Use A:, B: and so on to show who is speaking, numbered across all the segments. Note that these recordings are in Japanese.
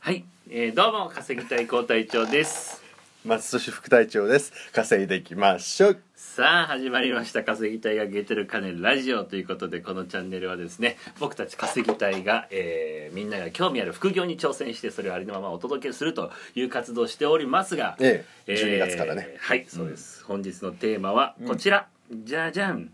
A: はい、えー、どうも稼ぎたい高隊長です
B: 松寿副隊長です稼いでいきましょう
A: さあ始まりました「稼ぎたいがゲてる金ラジオ」ということでこのチャンネルはですね僕たち稼ぎたいが、えーみんなが興味ある副業に挑戦してそれをありのままお届けするという活動をしておりますが、
B: ええ12月からね
A: えーはいそうです、本日のテーマはこちら、じゃじゃん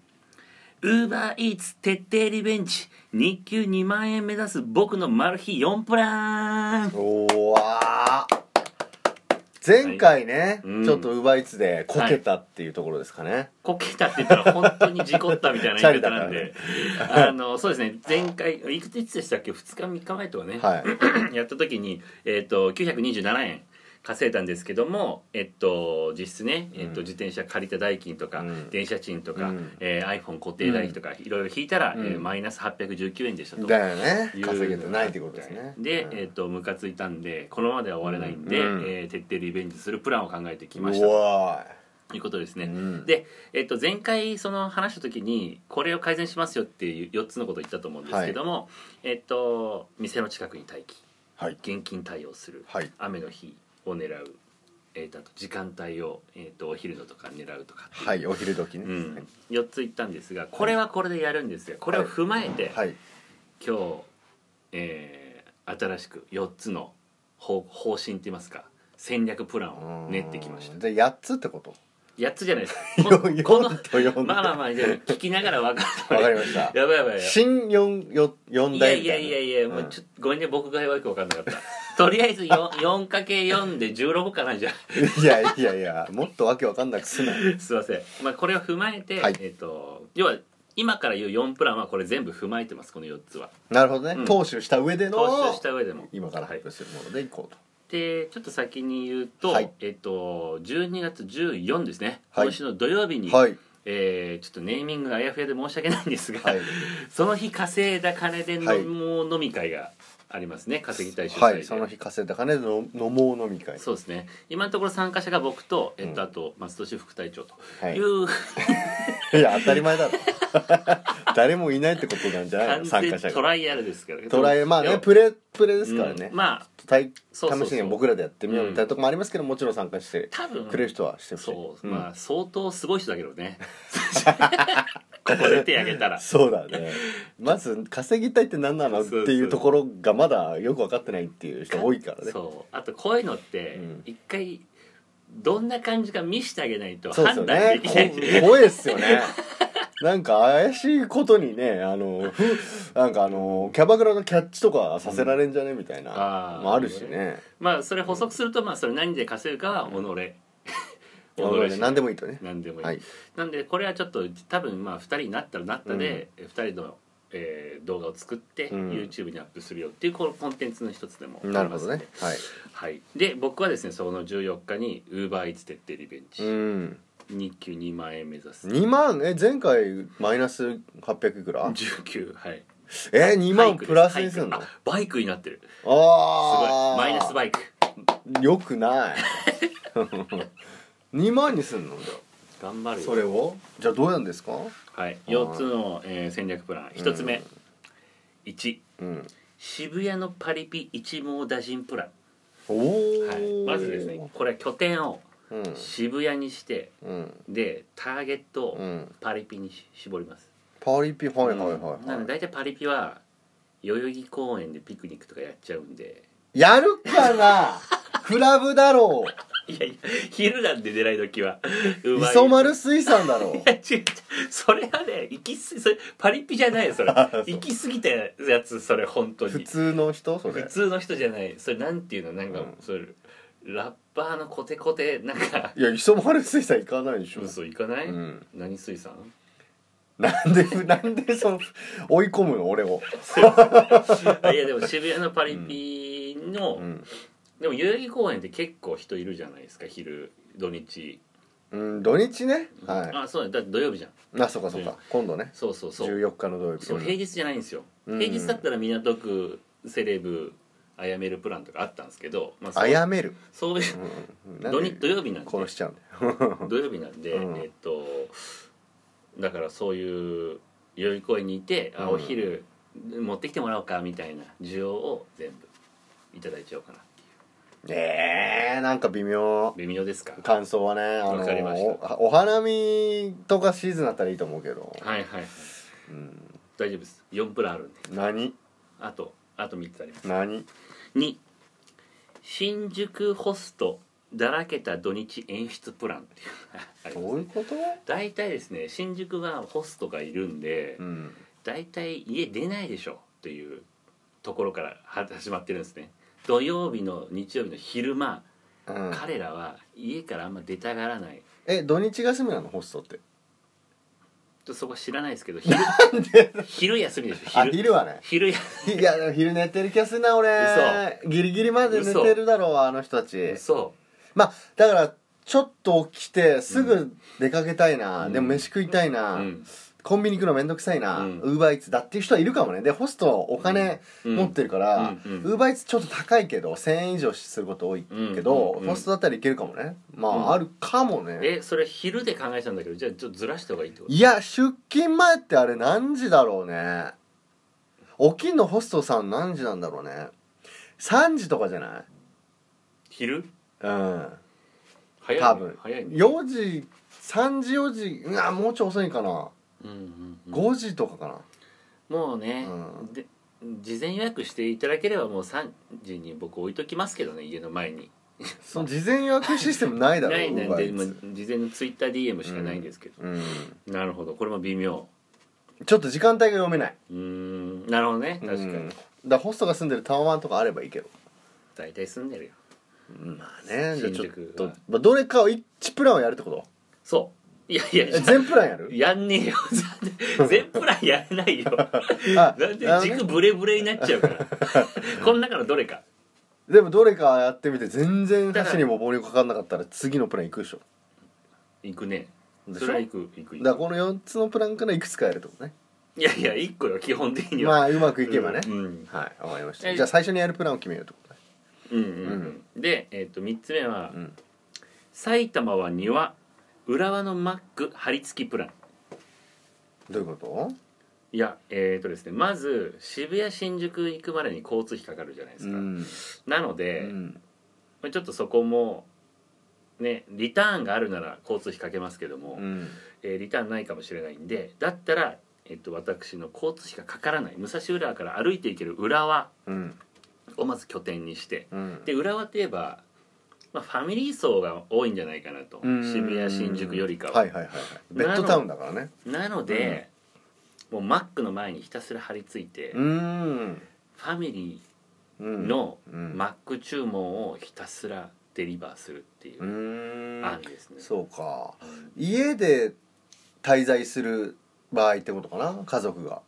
A: ウーバーイーツ徹底リベンジ日給2万円目指す僕のマル秘4プラン
B: おわー前回ね、
A: うん
B: ちょっとウーバーイーツでこけたっていうところですかね、
A: こけたって言ったら本当に事故ったみたいな言い方なんで、あのそうですね前回いくついつでしたっけ2日3日前とかね、
B: は い、
A: やった時に、えっと927円稼いだんですけども、えっと、実質ね、えっと、自転車借りた代金とか、
B: うん
A: 電車賃とか、
B: うん
A: えー iPhone 固定代費とか、いろいろ引いたら、
B: うん
A: えーマイナス819円でしたと。
B: だよね
A: いう
B: 稼げてないってことですね
A: で、
B: うん
A: えっとムカついたんでこのままでは終われないんで、
B: うん
A: えー徹底リベンジするプランを考えてきました
B: うわ
A: ということですね、
B: うん
A: で、えっと、前回その話した時にこれを改善しますよっていう4つのことを言ったと思うんですけども、えっと店の近くに待機
B: ーはい
A: 現金対応する、
B: はい
A: 雨の日を狙う、えっとあと時間帯を、えっとお昼のとか狙うとか、
B: はいお昼時ね、
A: うん、4つ言ったんですがこれはこれでやるんですがこれを踏まえて、
B: はい
A: 今日、えー新しく4つの方方針って言いますか戦略プランを練ってきました
B: うんで8つってこと
A: 8つじゃ ないですこ
B: 4
A: のこの
B: と4で
A: まあまあまあじゃあ聞きながら分かる
B: わかりました
A: やばいやばいやばい
B: 新四四四
A: いや
B: 代み
A: い
B: た
A: や
B: いない
A: やいや、もうちょっとごめんね僕がよく分かんなかったとりあえず 4×4 で16かなじゃあ
B: いやいやいやもっとわけわかんなくすな
A: すいません、まあ、これを踏まえて、
B: はい
A: えっ、と要は今から言う4プランはこれ全部踏まえてますこの4つは
B: なるほど
A: う
B: ね
A: ん
B: 踏襲した上での
A: 踏襲した上でも
B: 今から発
A: はい
B: 表するものでいこうと
A: でちょっと先に言うと、
B: はい
A: えっ、と12月14ですね、
B: はい
A: 今週の土曜日に、
B: はい
A: えーちょっとネーミングがあやふやで申し訳ないんですが、
B: はい
A: その日稼いだ金での、
B: はい
A: もう飲み会がありますね稼ぎたい主催で、
B: はいその日稼いだ金での飲もう飲み会
A: そうですね今のところ参加者が僕と、えっ
B: うん
A: と、あと松戸市副隊長と、
B: はいいういや当たり前だろ 誰もいないってことなんじゃないの
A: 完
B: 参加
A: 全
B: 者
A: ト
B: が
A: ライアルですから
B: トライまあ
A: 要
B: ね
A: は
B: プレプレですからね
A: うんまあ
B: 体
A: そうそうそう
B: 試しに僕らでやってみようみたいなとこもありますけどもちろん参加して
A: 多分
B: くれる人はしてほしい
A: そう、
B: うん
A: まあ相当すごい人だけど ねここで手挙げたら
B: そうだ ねまず稼ぎたいって何なのっ
A: そうそう
B: ていうところがまだよく分かってないっていう人多いからね
A: そうあとこういうのって
B: うん
A: 一回どんな感じか見してあげないと
B: そうですよ
A: 判断できないし、
B: ねこ怖いですよねなんか怪しいことにねあのふなんかあのキャバクラのキャッチとかさせられんじゃねみたいな、
A: うんあー
B: もあるしね
A: まあそれ補足すると、まあそれ何で稼ぐかは己 己
B: 俺
A: 次第
B: 何でもいいとね
A: 何でもいい、
B: はい
A: なんでこれはちょっと多分まあ2人になったらなったで、え二2人の、えー動画を作って、
B: うん
A: YouTube にアップするよっていうこのコンテンツの一つでもあり
B: なる
A: ま
B: ほ
A: す
B: ど
A: ので
B: ねはい
A: はい、で僕はですねその14日に UberEats 徹底リベンジ、
B: うん
A: 日給2万円目指す
B: 2万え前回マイナス800いくら
A: 19はい
B: え二2万
A: バイクです
B: プラスにすん
A: バ
B: の
A: イクあバイクになってるす
B: あ
A: ごい
B: あ
A: マイナスバイク
B: よくない 2万にすんのじゃ
A: 頑張
B: あ
A: るよ
B: それをじゃあどうなんですか
A: はい、4つの、えー戦略プラン1つ目、1
B: うん
A: 渋谷のパリピ一網打尽プラン
B: おお、
A: はい、まずですねこれは拠点を
B: うん
A: 渋谷にして
B: うん
A: でターゲット
B: う
A: を
B: ん
A: パリピにし絞ります、
B: パリピはいはいはい
A: うんなの
B: は
A: で大体パリピは代々木公園でピクニックとかやっちゃうんで
B: いやるかなクラブだ ろう
A: いやいや昼なんで狙い時はうまい
B: 磯丸水産だろ
A: いや違う違うそれはね行き過ぎそれパリピじゃないよ それ行き過ぎたやつそれ本当
B: う
A: に
B: 普通の人そ
A: 普
B: れ
A: 通の人じゃないそれなんていうのなんか、
B: うん
A: それラッパーのコテコテ なんか
B: いや磯丸水産行かないでしょ
A: 嘘いかない、
B: うん
A: 何水産
B: なんでなんでその追い込むの俺を
A: いやでも渋谷のパリピの、
B: うん、
A: でも代々木公園って結構人いるじゃないですか昼土日、
B: うん、土日ねは
A: あそうだだって土曜日じゃん
B: いあそうかそうか今度ね
A: そうそうそう
B: 14日の土曜日
A: そう平日じゃないんですよ、
B: うん
A: 平日だったら港区セレブあやめるプランとかあったんですけど、まあ、そう
B: あやめる、
A: そういう
B: うん、なん
A: 土日
B: で
A: 土曜日なんで
B: 殺しちゃうんだよ
A: 土曜日なんで、
B: うん
A: えっとだからそういう代々木公園にいて、あ
B: うん
A: お昼持ってきてもらおうかみたいな需要を全部いただいちゃおうかなってい
B: えー、なんか微妙
A: う微妙ですか
B: 感想はねあの
A: わかりました
B: おお花見とかシーズンだったらいいと思うけど、
A: はいはい、はい、
B: うん、
A: 大丈夫です4プランあるんで
B: 何
A: あとあと3つあります
B: 何
A: 2新宿ホストだらけた土日演出プランっていうあります
B: どういうこと、
A: 大体ですね新宿はホストがいるんで、
B: うん、
A: 大体家出ないでしょっていうところからは始まってるんですね土曜日の日曜日の昼間、
B: うん、
A: 彼らは家からあんま出たがらない
B: え土日が休みなのホストって
A: ちょっとそこは知らないですけ ど昼昼休みでしょ
B: あ
A: 昼
B: 昼はね
A: 昼や
B: ひいや昼寝てる気がするな俺ギリギリまで寝てるだろうあの人たち
A: そ
B: まあだからちょっと起きてすぐ出かけたいな、
A: うん、
B: でも飯食いたいう
A: う
B: な、
A: ん、
B: コンビニ行くのめんどくさいな
A: う
B: ウ
A: ん
B: ーバーイーツだっていう人はいるかもねでホストはお金
A: うん
B: 持ってるから
A: う
B: ウ
A: んうん
B: ーバーイーツちょっと高いけど1000円以上すること多いけど、
A: うんうん
B: ホストだったらいけるかもねまあ、
A: うん
B: あるかもね
A: えそれ昼で考えたんだけどじゃあちょっとずらした方がいいってこと
B: いや出勤前ってあれ何時だろうね起きんのホストさん何時なんだろうね3時とかじゃない
A: 昼
B: うん
A: 早いね
B: 多分
A: 早いね
B: 4時3時4時うわもうちょい遅いかな
A: うんうんうん
B: 5時とかかな
A: もうね、
B: うん
A: で事前予約していただければもう3時に僕置いときますけどね家の前に
B: その事前予約システムないだろ
A: な
B: ウ
A: いな
B: ー
A: い
B: バーイ
A: でも
B: ーツ
A: 事前のツイッター DM しかないんですけど、
B: うん
A: なるほどこれも微妙
B: ちょっと時間帯が読めないう
A: ーんなるほどね確かに、
B: うんだからホストが住んでるタワマンとかあればいいけど
A: 大体住んでるよ
B: まあねじゃあちょ
A: 新
B: っ
A: 宿
B: と
A: は、
B: まあ、どれかを1プランをやるってこと
A: そういやいや
B: え
A: じゃ
B: 全プランや
A: あ
B: る
A: やんねえよ 全プランやれ ないよ
B: あ
A: なんで
B: あのね
A: 軸ブレブレになっちゃうから この中のどれか
B: でもどれかやってみて全然
A: だから
B: 箸にも棒にもかかんなかったら次のプラン行くでしょ
A: 行くね
B: でし
A: そ
B: ょ
A: れは行く行く行く
B: だからこの4つのプランからいくつかやるってことね
A: いやいや1個よ基本的には
B: まあうまくいけばね、
A: うんうん
B: はいわかりまし
A: え
B: たじゃあ最初にやるプランを決めようってことね
A: うんうんうん、で、えっと3つ目は、
B: うん
A: 埼玉は庭浦和のマック張り付きプラン」
B: どういうこ
A: いやえっ、とですねまず渋谷新宿行くまでに交通費かかるじゃないで
B: と
A: すか、なの
B: う
A: で、
B: ん
A: まあちょっとそこもねリターンがあるなら交通費かけますけども、
B: うん
A: えーリターンないかもしれないんでだったら、えっと私の交通費がかからない武蔵浦和から歩いていける浦和
B: うん
A: をまず拠点にして
B: うん
A: で浦和といえば、まあ、ファミリー層が多いんじゃないかなと
B: うん
A: 渋谷新宿よりかは、
B: はいはいはいはいベッドタウンだからね
A: なので、もうマックの前にひたすら張り付いて、
B: う
A: フ
B: ーん
A: ァミリ
B: う
A: ー
B: ん
A: の
B: うん
A: マック注文をひたすらデリバーするっていうう
B: ーん
A: 案ですね、
B: そうか家で滞在する場合ってことかな家族が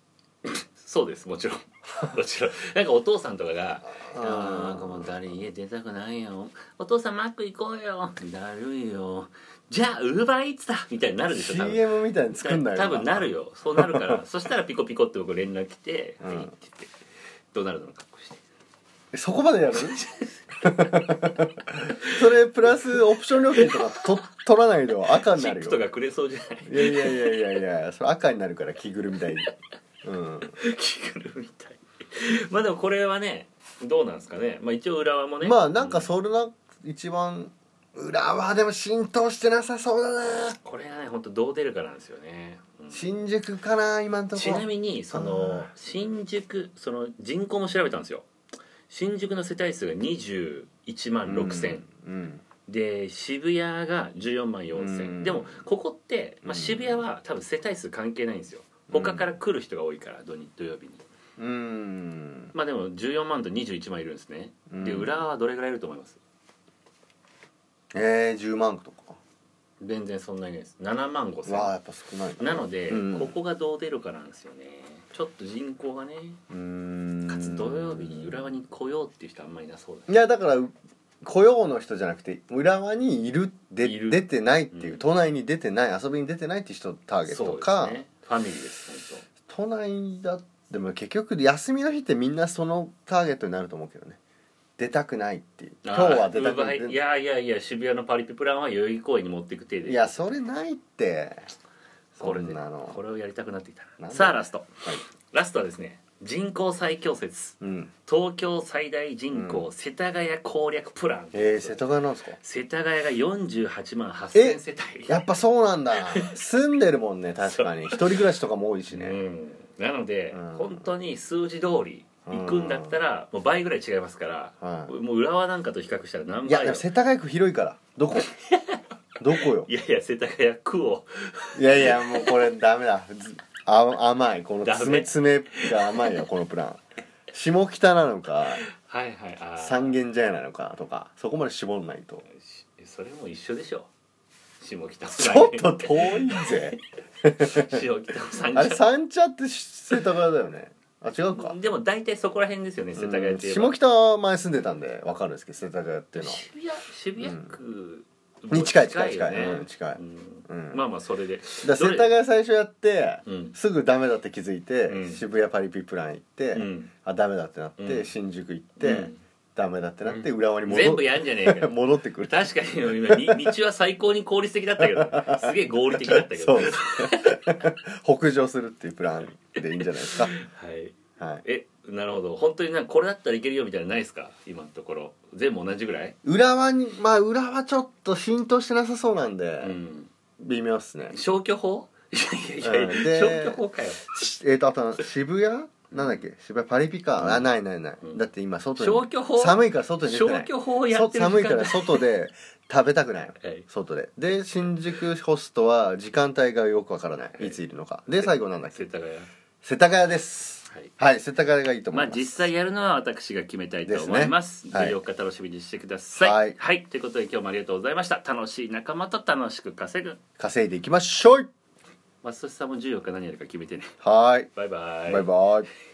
A: そうですもちろん もちろんなんかお父さんとかが「あーなんかもう
B: あ
A: 誰家出たくないよお父さんマック行こうよだるいよじゃあウーバーイーツだ」みたいになるでしょ多分
B: CM みたいに作んない
A: 多分なるよそうなるから そしたらピコピコって僕連絡来て「
B: うん
A: はいって言ってドナルドの格好して
B: そこまでやる それプラスオプション料金とかと取らないと赤に
A: チッ
B: なる
A: プ
B: よ
A: とかくれそうじゃない
B: いやいやいやいやいやそれ赤になるから着ぐるみたいにうん
A: 着ぐるみたいまあでもこれはねどうなんですかねまあ一応浦和もね
B: まあなんかそれが一番裏はでも浸透してなさそうだな
A: これがね本当どう出るかなんですよね、うん
B: 新宿かな今んとこ
A: ちなみにその
B: あ
A: 新宿その人口も調べたんですよ新宿の世帯数が21万6000、
B: うん
A: で渋谷が14万4000、
B: うん
A: でもここって、ま
B: う
A: あ、
B: ん
A: 渋谷は多分世帯数関係ないんですよ
B: うん
A: 他から来る人が多いから土日土曜日に
B: うんうん
A: まあでも14万と21万いるんですねで
B: うん
A: 浦和はどれぐらいいると思います
B: えー、10万とか
A: 全然そんなにないです7万5千
B: わあやっぱ少ない
A: なので、
B: うん
A: ここがどう出るかなんですよねちょっと人口がね
B: うーん
A: かつ土曜日に浦和に来ようっていう人あんまりいなそうだね
B: いやだからう雇用の人じゃなくて浦和にいるで
A: いる
B: 出てないっていう、
A: うん
B: 都内に出てない遊びに出てないって人をターゲッ
A: そ
B: ト
A: うで
B: か、
A: すねファミリーです本
B: 都内だでも結局休みの日ってみんなそのターゲットになると思うけどね出たくないっていう
A: 当
B: 今日は出た
A: あ
B: く
A: ー
B: ない
A: Uber いやいやいや渋谷のパリピプランは代々木公園に持っていく手で
B: いやそれないって
A: これで
B: そんなの
A: これをやりたくなってきた
B: なんだ
A: さあラスト、
B: い
A: ラストはですね人口最強説
B: うん
A: 東京最大人口、世田谷攻略プラン
B: えー、世田谷なんですか
A: 世田谷が48万8000世帯
B: やっぱそうなんだ住んでるもんね確かに一人暮らしとかも多いし
A: う
B: ね、
A: ん、なので、
B: うん
A: 本当に数字通り行くんだったら、もう倍ぐらい違いますから、
B: はい
A: もう浦和なんかと比較したら何
B: いや
A: 倍
B: で
A: よ
B: も世田谷区広いからどこどこよ
A: いやいや世田谷区を
B: いやいやもうこれダメだずあ甘いこの
A: ダメ
B: 爪爪が甘いよこのプラン下北なのか
A: はいはいあー
B: 三軒茶屋なのかとかそこまで絞んないと
A: しそれも一緒でしょ下北も
B: ちょっと遠いぜ
A: 下北も三
B: あれ
A: 茶
B: 三茶って世田谷だよねあ違うか
A: でも大体そこら辺ですよね世田谷っていえば
B: 下北は前住んでたんでわかるんですけど世田谷っていうのは
A: 渋谷渋谷区
B: に近い近い
A: よ
B: 近いうん近い
A: うん
B: うん
A: まあまあそれで
B: だから世田谷最初やって、
A: うん
B: すぐダメだって気づいて、
A: うん
B: 渋谷パリピプラン行って、
A: うん
B: あダメだってなって、
A: うん
B: 新宿行って、
A: うん
B: ダメだってなって浦和に戻
A: 全部やんじゃねえかよ
B: 戻ってく る
A: 確かに今に道は最高に効率的だったけどすげえ合理的だったけど
B: そう北上するっていうプランでいいんじゃないですか
A: はい
B: はい
A: えなるほど本当になんかこれだったらいけるよみたいなのないですか今のところ全部同じぐらい、
B: 浦和にまあ浦和ちょっと浸透してなさそうなんで、
A: うん、
B: 微妙っすね
A: 消去法 いやいや
B: うん
A: い
B: で
A: や消去法かよ
B: しえっ、とあと渋谷なんだっけ渋谷パリピか、あないないない、
A: うん
B: だって今外に
A: 消去法
B: 寒いから外に出てない
A: 消去法をやってる
B: そ寒い
A: 時
B: か
A: 間
B: ら
A: だ
B: 外で食べたくない
A: はい
B: 外でで新宿ホストは時間帯がよくわからない、い、ついるのかで最後なんだっ
A: 世
B: け
A: 田谷
B: 世田谷です
A: はい
B: はい、世田谷がいいと思
A: ま
B: い
A: あ
B: ます、
A: 実際やるのは私が決めたいと思います
B: ですねはい
A: 14日楽しみにしてください
B: はい
A: ということで今日もありがとうございました楽しい仲間と楽しく稼ぐ
B: 稼いでいきましょう
A: 松寿さんも14日何やるか決めてね
B: はい
A: バイバイ
B: バイバイ